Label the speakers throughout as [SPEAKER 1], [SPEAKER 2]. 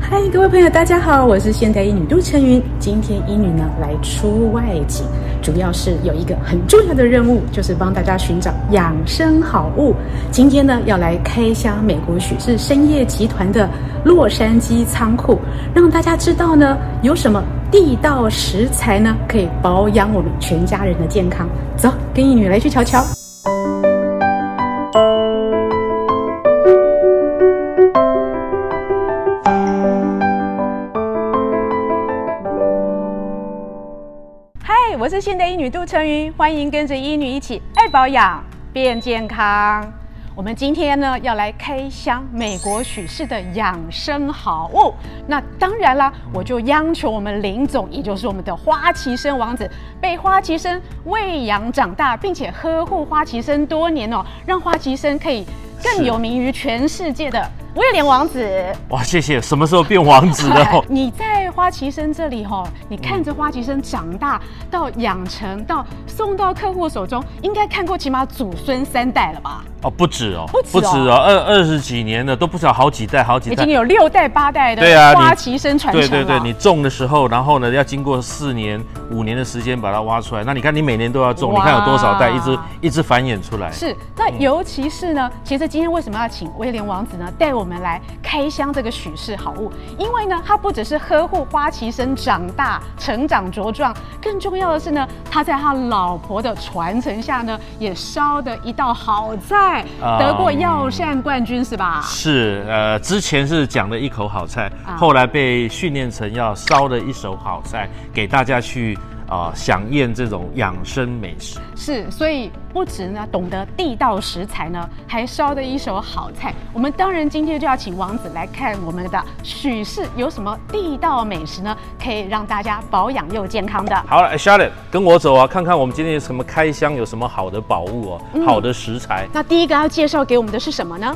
[SPEAKER 1] 嗨，各位朋友，大家好，我是现代医女杜晨云。今天医女呢来出外景，主要是有一个很重要的任务，就是帮大家寻找养生好物。今天呢要来开箱美国许氏深业集团的洛杉矶仓库，让大家知道呢有什么地道食材呢可以保养我们全家人的健康。走，跟医女来去瞧瞧。嗨，我是现代医女杜成云，欢迎跟着医女一起爱保养变健康。我们今天呢要来开箱美国许氏的养生好物。那当然啦，我就央求我们林总，也就是我们的花旗参王子，被花旗参喂养长大，并且呵护花旗参多年哦，让花旗参可以更
[SPEAKER 2] 是
[SPEAKER 1] 有名于全世界的威廉王子。
[SPEAKER 2] 哇，谢谢！什么时候变王子 了？
[SPEAKER 1] 哎你在花旗参这里哈、你看着花旗参长大到养成到送到客户手中，应该看过起码祖孙三代了吧？
[SPEAKER 2] 哦，不止哦，
[SPEAKER 1] 不止哦哎
[SPEAKER 2] 二二十几年了，都不知道好几代，好几
[SPEAKER 1] 已
[SPEAKER 2] 代
[SPEAKER 1] 经。有六代八代的
[SPEAKER 2] 对啊你
[SPEAKER 1] 花旗参传承
[SPEAKER 2] 对
[SPEAKER 1] 了。
[SPEAKER 2] 对对，你种的时候，然后呢，要经过四年、五年的时间把它挖出来。那你看，你每年都要种，
[SPEAKER 1] 哇
[SPEAKER 2] 你看有多少代，一直一直繁衍出来。
[SPEAKER 1] 是，那尤其是呢，其实今天为什么要请威廉王子呢，带我们来开箱这个许氏好物？因为呢，它不只是呵护花旗参长大、成长茁壮，更重要的是呢，他在他老婆的传承下呢，也烧的一道好菜，
[SPEAKER 2] 啊
[SPEAKER 1] 得过药膳冠军是吧？
[SPEAKER 2] 是呃，之前是讲的一口好菜
[SPEAKER 1] 啊，
[SPEAKER 2] 后来被训练成要烧的一手好菜，给大家去啊、呃享宴这种养生美食。
[SPEAKER 1] 是，所以不止呢懂得地道食材呢，还烧的一手好菜。我们当然今天就要请王子来看我们的许氏有什么地道美食呢，可以让大家保养又健康的。
[SPEAKER 2] 好了，Charlotte，跟我走啊，看看我们今天有什么开箱，有什么好的宝物哦，
[SPEAKER 1] 嗯
[SPEAKER 2] 好的食材。
[SPEAKER 1] 那第一个要介绍给我们的是什么呢？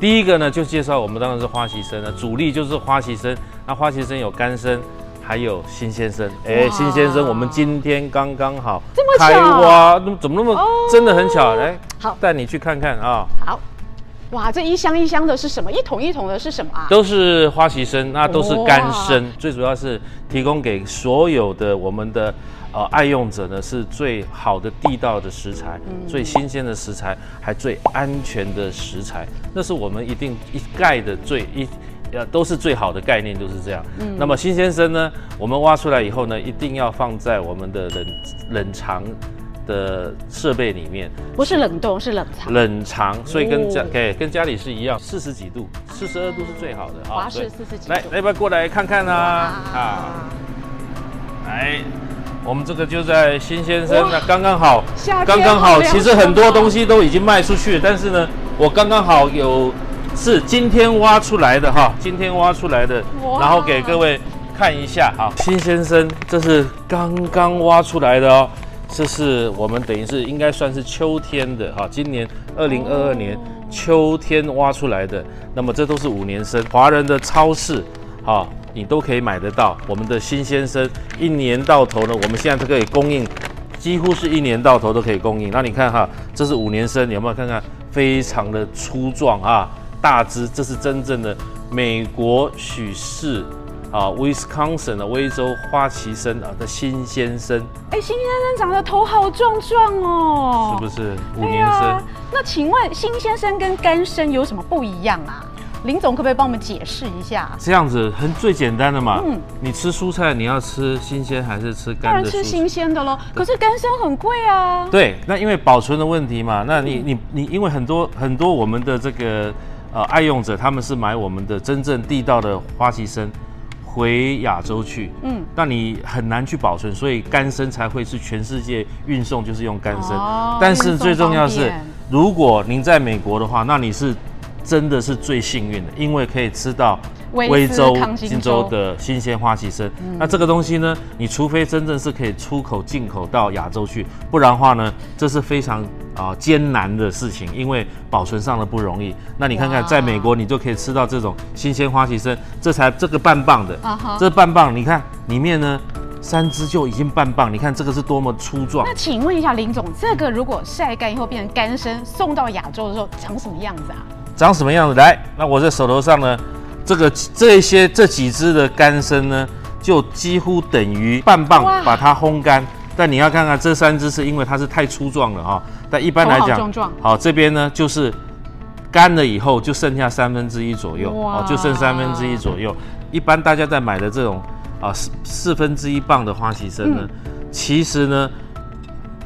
[SPEAKER 2] 第一个呢，就介绍我们当然是花旗参了，主力就是花旗参。那花旗参有干参，还有新鲜参。哎，
[SPEAKER 1] 哇
[SPEAKER 2] 新鲜参，我们今天刚刚好
[SPEAKER 1] 这么巧
[SPEAKER 2] 开挖，那么怎么那么、
[SPEAKER 1] 哦
[SPEAKER 2] 真的很巧？来，
[SPEAKER 1] 好
[SPEAKER 2] 带你去看看啊、
[SPEAKER 1] 好，哇，这一箱一箱的是什么？一桶一桶的是什么啊？
[SPEAKER 2] 都是花旗参，那都是干参
[SPEAKER 1] 哇，
[SPEAKER 2] 最主要是提供给所有的我们的呃爱用者呢，是最好的地道的食材，最新鲜的食材，还最安全的食材，那是我们一定一概的最一。呃，都是最好的概念，就是这样。那么新鲜参呢，我们挖出来以后呢，一定要放在我们的冷冷藏的设备里面，
[SPEAKER 1] 不是冷冻，是冷藏。
[SPEAKER 2] 冷藏，所以跟家
[SPEAKER 1] 哦
[SPEAKER 2] 给、跟家里是一样，四十几度，四十二度是最好的
[SPEAKER 1] 华氏
[SPEAKER 2] 对
[SPEAKER 1] 40几度
[SPEAKER 2] 来，要不要过来看看啊？啊，
[SPEAKER 1] 啊，
[SPEAKER 2] 来，我们这个就在新先生
[SPEAKER 1] 哇
[SPEAKER 2] 那刚刚好
[SPEAKER 1] 夏，天
[SPEAKER 2] 刚刚
[SPEAKER 1] 好
[SPEAKER 2] 好。
[SPEAKER 1] 凉啊
[SPEAKER 2] 其实很多东西都已经卖出去了，但是呢，我刚刚好有是今天挖出来的哈，今天挖出来的
[SPEAKER 1] 哇，
[SPEAKER 2] 然后给各位看一下哈。新先生，这是刚刚挖出来的哦。这是我们等于是应该算是秋天的哈，今年二零二二年秋天挖出来的，那么这都是五年生，华人的超市，哈、你都可以买得到。我们的新鲜生一年到头呢，我们现在都可以供应，几乎是一年到头都可以供应。那你看哈，这是五年生，你有没有看看？非常的粗壮啊，大只，这是真正的美国许氏啊，Wisconsin 的威州花旗参啊的新鲜生，
[SPEAKER 1] 哎，新先生长得头好壮壮哦，
[SPEAKER 2] 是不是？五
[SPEAKER 1] 对
[SPEAKER 2] 年生。
[SPEAKER 1] 啊。那请问新先生跟干生有什么不一样啊？林总可不可以帮我们解释一下？
[SPEAKER 2] 这样子很最简单的嘛，
[SPEAKER 1] 嗯
[SPEAKER 2] 你吃蔬菜你要吃新鲜还是吃
[SPEAKER 1] 当
[SPEAKER 2] 干
[SPEAKER 1] 然
[SPEAKER 2] 的蔬
[SPEAKER 1] 吃
[SPEAKER 2] 菜？
[SPEAKER 1] 新鲜的喽，可是干生很贵啊。
[SPEAKER 2] 对，那因为保存的问题嘛，那
[SPEAKER 1] 嗯
[SPEAKER 2] 你、你你，因为很多很多我们的这个呃爱用者，他们是买我们的真正地道的花旗参回亚洲去，
[SPEAKER 1] 嗯
[SPEAKER 2] 嗯，那你很难去保存，所以干参才会是全世界运送，就是用干参。
[SPEAKER 1] 哦
[SPEAKER 2] 但是最重要的
[SPEAKER 1] 运送
[SPEAKER 2] 是
[SPEAKER 1] 方便，
[SPEAKER 2] 如果您在美国的话，那你是真的是最幸运的，因为可以吃到。
[SPEAKER 1] 威斯康星州
[SPEAKER 2] 的新鲜花旗参，那这个东西呢，你除非真正是可以出口进口到亚洲去，不然的话呢，这是非常啊、艰难的事情，因为保存上的不容易。那你看看，
[SPEAKER 1] 哇
[SPEAKER 2] 在美国你就可以吃到这种新鲜花旗参，这才这个半磅的
[SPEAKER 1] 啊哈
[SPEAKER 2] 这半磅，你看里面呢三只就已经半磅，你看这个是多么粗壮
[SPEAKER 1] 那。请问一下林总，这个如果晒干以后变成干生，送到亚洲的时候长什么样子啊？
[SPEAKER 2] 长什么样子？来，那我这手头上呢，这个这些这几只的干参呢，就几乎等于半磅
[SPEAKER 1] 哇
[SPEAKER 2] 把它烘干。但你要看看这三只，是因为它是太粗壮了哈、但一般来
[SPEAKER 1] 头好
[SPEAKER 2] 讲，
[SPEAKER 1] 壮壮
[SPEAKER 2] 好这边呢就是干了以后就剩下三分之一左右，
[SPEAKER 1] 哇
[SPEAKER 2] 哦，就剩三分之一左右。一般大家在买的这种啊四四分之一磅的花旗参呢，其实呢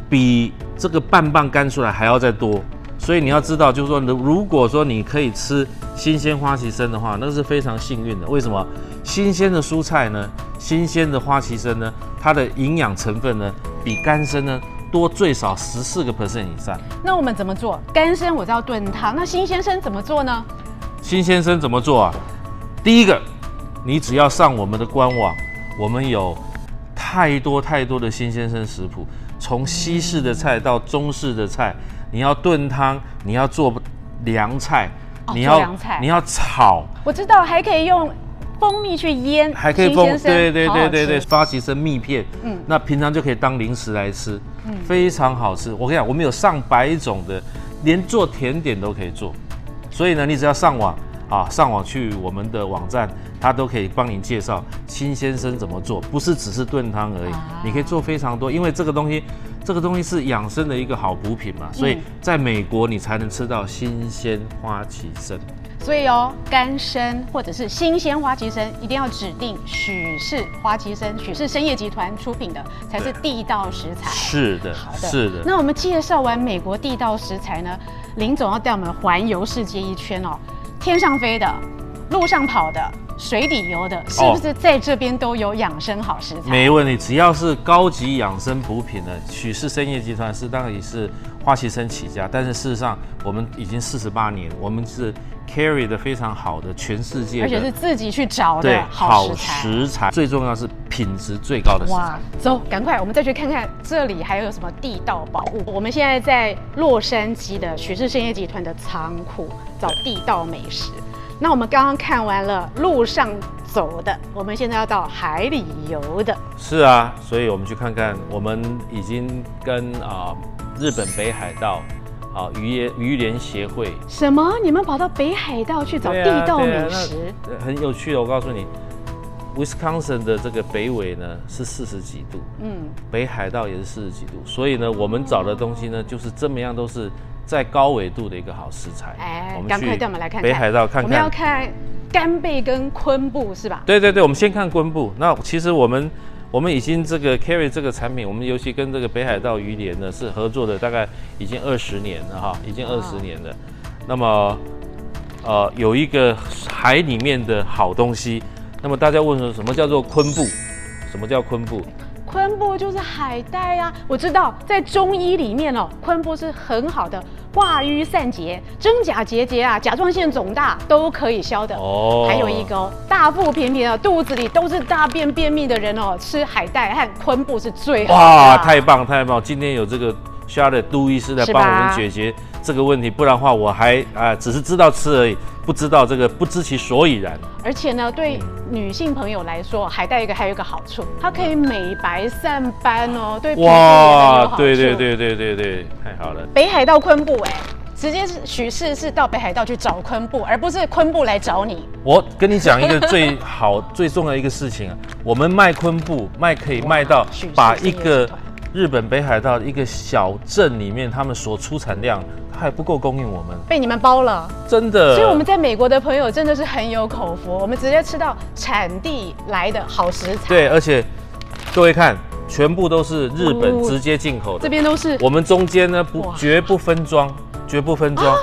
[SPEAKER 2] 比这个半磅干出来还要再多。所以你要知道，就是说，如如果说你可以吃新鲜花旗参的话，那是非常幸运的。为什么？新鲜的蔬菜呢，新鲜的花旗参呢，它的营养成分呢，比干参呢多最少十四个 percent 以上。
[SPEAKER 1] 那我们怎么做？干参我知道炖汤，那新鲜参怎么做呢？
[SPEAKER 2] 新先生怎么做啊？第一个，你只要上我们的官网，我们有太多太多的新先生食谱，从西式的菜到中式的菜，你要炖汤，你要做凉菜，
[SPEAKER 1] 哦
[SPEAKER 2] 你
[SPEAKER 1] 做
[SPEAKER 2] 要
[SPEAKER 1] 凉菜
[SPEAKER 2] 你要炒，
[SPEAKER 1] 我知道还可以用蜂蜜去腌，
[SPEAKER 2] 还可以
[SPEAKER 1] 新
[SPEAKER 2] 封，
[SPEAKER 1] 鲜参
[SPEAKER 2] 对对
[SPEAKER 1] 好好
[SPEAKER 2] 对对对，
[SPEAKER 1] 吃
[SPEAKER 2] 发起生蜜片，
[SPEAKER 1] 嗯
[SPEAKER 2] 那平常就可以当零食来吃，非常好吃。我跟你讲，我们有上百种的，连做甜点都可以做，所以呢，你只要上网啊，上网去我们的网站，它都可以帮你介绍新先生怎么做，不是只是炖汤而已
[SPEAKER 1] 啊，
[SPEAKER 2] 你可以做非常多，因为这个东西。这个东西是养生的一个好补品嘛，所以
[SPEAKER 1] 嗯
[SPEAKER 2] 在美国你才能吃到新鲜花旗参。
[SPEAKER 1] 所以哦，干参或者是新鲜花旗参，一定要指定许氏花旗参，许氏深业集团出品的才是地道食材。
[SPEAKER 2] 是的
[SPEAKER 1] 好，的，
[SPEAKER 2] 是的。
[SPEAKER 1] 那我们介绍完美国地道食材呢，林总要带我们环游世界一圈哦，天上飞的，路上跑的，水底游的，是不是在这边都有养生好食材？
[SPEAKER 2] 哦没问题，只要是高级养生补品呢，许氏深业集团是当然也是花旗参起家，但是事实上我们已经四十八年，我们是 carry 的非常好的全世界的，
[SPEAKER 1] 而且是自己去找
[SPEAKER 2] 对
[SPEAKER 1] 的好
[SPEAKER 2] 好
[SPEAKER 1] 食材。
[SPEAKER 2] 食材，最重要是品质最高的食材
[SPEAKER 1] 哇。，走，赶快，我们再去看看这里还有什么地道宝物。我们现在在洛杉矶的许氏深业集团的仓库找地道美食。那我们刚刚看完了路上走的，我们现在要到海里游的。
[SPEAKER 2] 是啊，所以我们去看看，我们已经跟啊、日本北海道啊渔业渔联协会
[SPEAKER 1] 什么？你们跑到北海道去找
[SPEAKER 2] 对
[SPEAKER 1] 地
[SPEAKER 2] 啊
[SPEAKER 1] 道
[SPEAKER 2] 对啊
[SPEAKER 1] 美食？
[SPEAKER 2] 那呃很有趣哦。我告诉你，Wisconsin 的这个北纬呢是四十几度，
[SPEAKER 1] 嗯，
[SPEAKER 2] 北海道也是四十几度，所以呢，我们找的东西呢，就是这么样都是在高纬度的一个好食材。
[SPEAKER 1] 哎
[SPEAKER 2] 我，们
[SPEAKER 1] 赶
[SPEAKER 2] 去
[SPEAKER 1] 快带我们来看看
[SPEAKER 2] 北海道看
[SPEAKER 1] 我们要
[SPEAKER 2] 看。
[SPEAKER 1] 看干贝跟昆布是吧？
[SPEAKER 2] 对对对，我们先看昆布。那其实我们我们已经这个 carry 这个产品，我们尤其跟这个北海道渔联呢是合作的，大概已经二十年了哈，已经二十年了。那么呃，有一个海里面的好东西。那么大家问说什么叫做昆布？什么叫昆布？
[SPEAKER 1] 昆布就是海带啊，我知道，在中医里面哦，昆布是很好的化瘀散结、真假结节啊、甲状腺肿大都可以消的。
[SPEAKER 2] 哦
[SPEAKER 1] 还有一个哦，大腹便便啊，肚子里都是大便便秘的人哦，吃海带和昆布是最好的啊、
[SPEAKER 2] 哇，太棒太棒！今天有这个 s h a r l o t 杜医师来
[SPEAKER 1] 是
[SPEAKER 2] 帮我
[SPEAKER 1] 吧
[SPEAKER 2] 们解决这个问题，不然的话我还啊、只是知道吃而已，不知道这个不知其所以然。
[SPEAKER 1] 而且呢，对
[SPEAKER 2] 嗯
[SPEAKER 1] 女性朋友来说，海带一个还有一个好处，它可以美白散斑哦，对皮肤也 很有好处。
[SPEAKER 2] 对对，对对对对，太好了。
[SPEAKER 1] 北海道昆布哎、直接是许氏是到北海道去找昆布，而不是昆布来找你。
[SPEAKER 2] 我跟你讲一个最好最重要的一个事情啊，我们卖昆布卖可以卖到
[SPEAKER 1] 许氏
[SPEAKER 2] 把
[SPEAKER 1] 是
[SPEAKER 2] 一
[SPEAKER 1] 业
[SPEAKER 2] 个
[SPEAKER 1] 者
[SPEAKER 2] 日本北海道一个小镇里面他们所出产量，它还不够供应我们，
[SPEAKER 1] 被你们包了，
[SPEAKER 2] 真的。
[SPEAKER 1] 所以我们在美国的朋友真的是很有口福，我们直接吃到产地来的好食材。，
[SPEAKER 2] 对，而且各位看，全部都是日本
[SPEAKER 1] 哦
[SPEAKER 2] 直接进口的
[SPEAKER 1] 这。边都是，
[SPEAKER 2] 我们中间呢不
[SPEAKER 1] 哇啊
[SPEAKER 2] 绝不分装，绝不分装，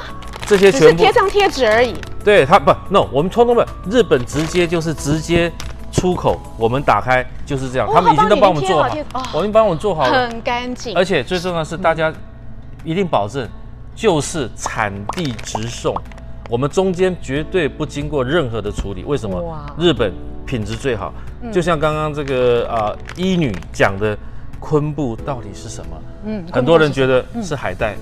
[SPEAKER 2] 这些
[SPEAKER 1] 只是
[SPEAKER 2] 全部
[SPEAKER 1] 贴上贴纸而已。
[SPEAKER 2] 对它不 no，我们通通不日本直接就是直接出口，我们打开就是这样，
[SPEAKER 1] 哦
[SPEAKER 2] 他们已经都
[SPEAKER 1] 它
[SPEAKER 2] 帮
[SPEAKER 1] 帮
[SPEAKER 2] 我
[SPEAKER 1] 你
[SPEAKER 2] 们
[SPEAKER 1] 贴
[SPEAKER 2] 做
[SPEAKER 1] 好
[SPEAKER 2] 好
[SPEAKER 1] 贴哦，
[SPEAKER 2] 我们帮我们做好了，
[SPEAKER 1] 很干净
[SPEAKER 2] 而，且最重要是大家一定保证就是产地直送，我们中间绝对不经过任何的处理，为什么
[SPEAKER 1] 哇？嗯
[SPEAKER 2] 日本品质最好，就像刚刚这个啊、呃医女讲的，昆布到底是什么？
[SPEAKER 1] 嗯
[SPEAKER 2] 很多人
[SPEAKER 1] 得
[SPEAKER 2] 觉得是海带，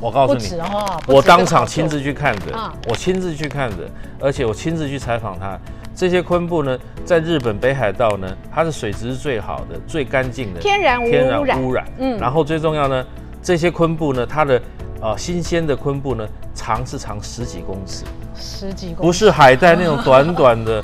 [SPEAKER 2] 我告诉
[SPEAKER 1] 不
[SPEAKER 2] 你
[SPEAKER 1] 止，哦，不止
[SPEAKER 2] 我
[SPEAKER 1] 这个
[SPEAKER 2] 当场
[SPEAKER 1] 好处
[SPEAKER 2] 亲自去看的
[SPEAKER 1] 嗯，
[SPEAKER 2] 我亲自去看的，而且我亲自去采访他。这些昆布呢，在日本北海道呢，它的水质是最好的、最干净的，
[SPEAKER 1] 天然无
[SPEAKER 2] 天然
[SPEAKER 1] 污染
[SPEAKER 2] 污染。
[SPEAKER 1] 嗯
[SPEAKER 2] 嗯，然后最重要呢，这些昆布呢，它的呃新鲜的昆布呢，长是长十几公尺，
[SPEAKER 1] 十几公
[SPEAKER 2] 不是海带 那种短短的，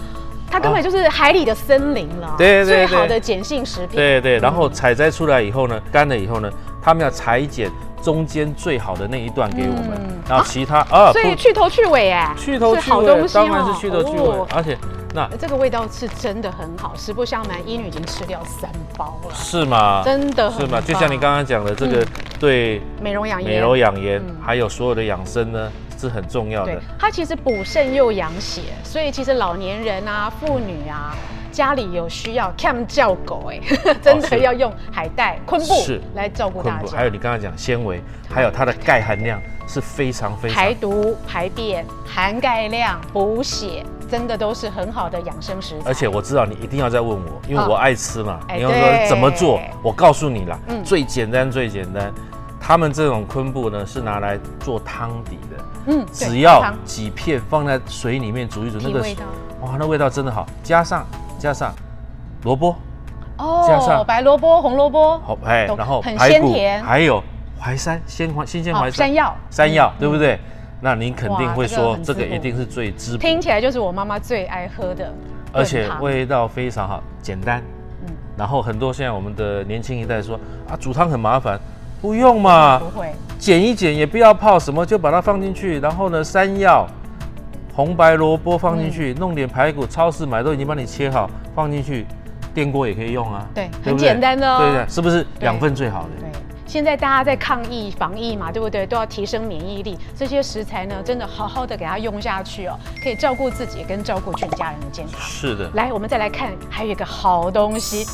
[SPEAKER 1] 它根本就是海里的森林了，
[SPEAKER 2] 对对
[SPEAKER 1] 最
[SPEAKER 2] 对
[SPEAKER 1] 好的碱性食品。
[SPEAKER 2] 对对。然后采摘出来以后呢，干了以后呢，他们要裁剪中间最好的那一段给我们，
[SPEAKER 1] 嗯
[SPEAKER 2] 然后其他啊
[SPEAKER 1] 所以
[SPEAKER 2] 不
[SPEAKER 1] 去头去尾哎，
[SPEAKER 2] 去头
[SPEAKER 1] 是
[SPEAKER 2] 去
[SPEAKER 1] 好
[SPEAKER 2] 尾，
[SPEAKER 1] 东西哦
[SPEAKER 2] 当然是去头去尾
[SPEAKER 1] 哦，
[SPEAKER 2] 而且那
[SPEAKER 1] 这个味道是真的很好，实不相瞒，一女已经吃掉三包了，
[SPEAKER 2] 是吗？
[SPEAKER 1] 真的很
[SPEAKER 2] 是吗？
[SPEAKER 1] 棒
[SPEAKER 2] 就像你刚刚讲的，这个
[SPEAKER 1] 嗯
[SPEAKER 2] 对
[SPEAKER 1] 美容养颜。
[SPEAKER 2] 美容养颜
[SPEAKER 1] 嗯
[SPEAKER 2] 还有所有的养生呢是很重要
[SPEAKER 1] 对
[SPEAKER 2] 的。，
[SPEAKER 1] 它其实补肾又养血，所以其实老年人啊、妇女啊，家里有需要 cam 叫狗哎、 真的
[SPEAKER 2] 哦是
[SPEAKER 1] 要用海带、昆布
[SPEAKER 2] 是
[SPEAKER 1] 来照顾
[SPEAKER 2] 昆
[SPEAKER 1] 大
[SPEAKER 2] 布，
[SPEAKER 1] 家。嗯
[SPEAKER 2] 还有你刚刚讲纤维，还有它的钙含量是非常非
[SPEAKER 1] 排
[SPEAKER 2] 常
[SPEAKER 1] 毒、排便、含钙量、补血，真的都是很好的养生食材。
[SPEAKER 2] 而且我知道你一定要再问我，因为
[SPEAKER 1] 嗯
[SPEAKER 2] 我爱吃嘛。
[SPEAKER 1] 哎
[SPEAKER 2] 你要说
[SPEAKER 1] 对
[SPEAKER 2] 怎么做，我告诉你啦，
[SPEAKER 1] 嗯
[SPEAKER 2] 最简单最简单。他们这种昆布呢是拿来做汤底的，
[SPEAKER 1] 嗯，对
[SPEAKER 2] 只要
[SPEAKER 1] 汤
[SPEAKER 2] 几片放在水里面煮一煮，
[SPEAKER 1] 提味道
[SPEAKER 2] 哇，那味道真的好。加上加上萝卜，加
[SPEAKER 1] 哦
[SPEAKER 2] 上，
[SPEAKER 1] 白萝卜、红萝卜，
[SPEAKER 2] 好哎，
[SPEAKER 1] 懂
[SPEAKER 2] 然后
[SPEAKER 1] 很
[SPEAKER 2] 排
[SPEAKER 1] 鲜
[SPEAKER 2] 骨，
[SPEAKER 1] 甜
[SPEAKER 2] 还有淮山鲜淮新鲜淮
[SPEAKER 1] 好山药，嗯
[SPEAKER 2] 山药，对不对？那您肯定会说
[SPEAKER 1] 哇
[SPEAKER 2] 这
[SPEAKER 1] 这个很滋补
[SPEAKER 2] 个一定是最滋补，
[SPEAKER 1] 听起来就是我妈妈最爱喝的炖汤，
[SPEAKER 2] 而且味道非常好，简单。
[SPEAKER 1] 嗯
[SPEAKER 2] 然后很多现在我们的年轻一代说啊，煮汤很麻烦，不用嘛
[SPEAKER 1] 不，会
[SPEAKER 2] 剪一剪也不要泡什么，就把它放进去，然后呢，山药、红白萝卜放进
[SPEAKER 1] 嗯
[SPEAKER 2] 去，弄点排骨，超市买都已经帮你切好，放进去，电锅也可以用啊，
[SPEAKER 1] 对
[SPEAKER 2] 对不
[SPEAKER 1] 很
[SPEAKER 2] 对
[SPEAKER 1] 简单的哦
[SPEAKER 2] 对对，是不是
[SPEAKER 1] 对
[SPEAKER 2] 养分最好的？
[SPEAKER 1] 对，现在大家在抗疫、防疫嘛，对不对？都要提升免疫力，这些食材呢，真的好好的给它用下去哦，可以照顾自己跟照顾全家人的健康。
[SPEAKER 2] 是的，
[SPEAKER 1] 来，我们再来看，还有一个好东西。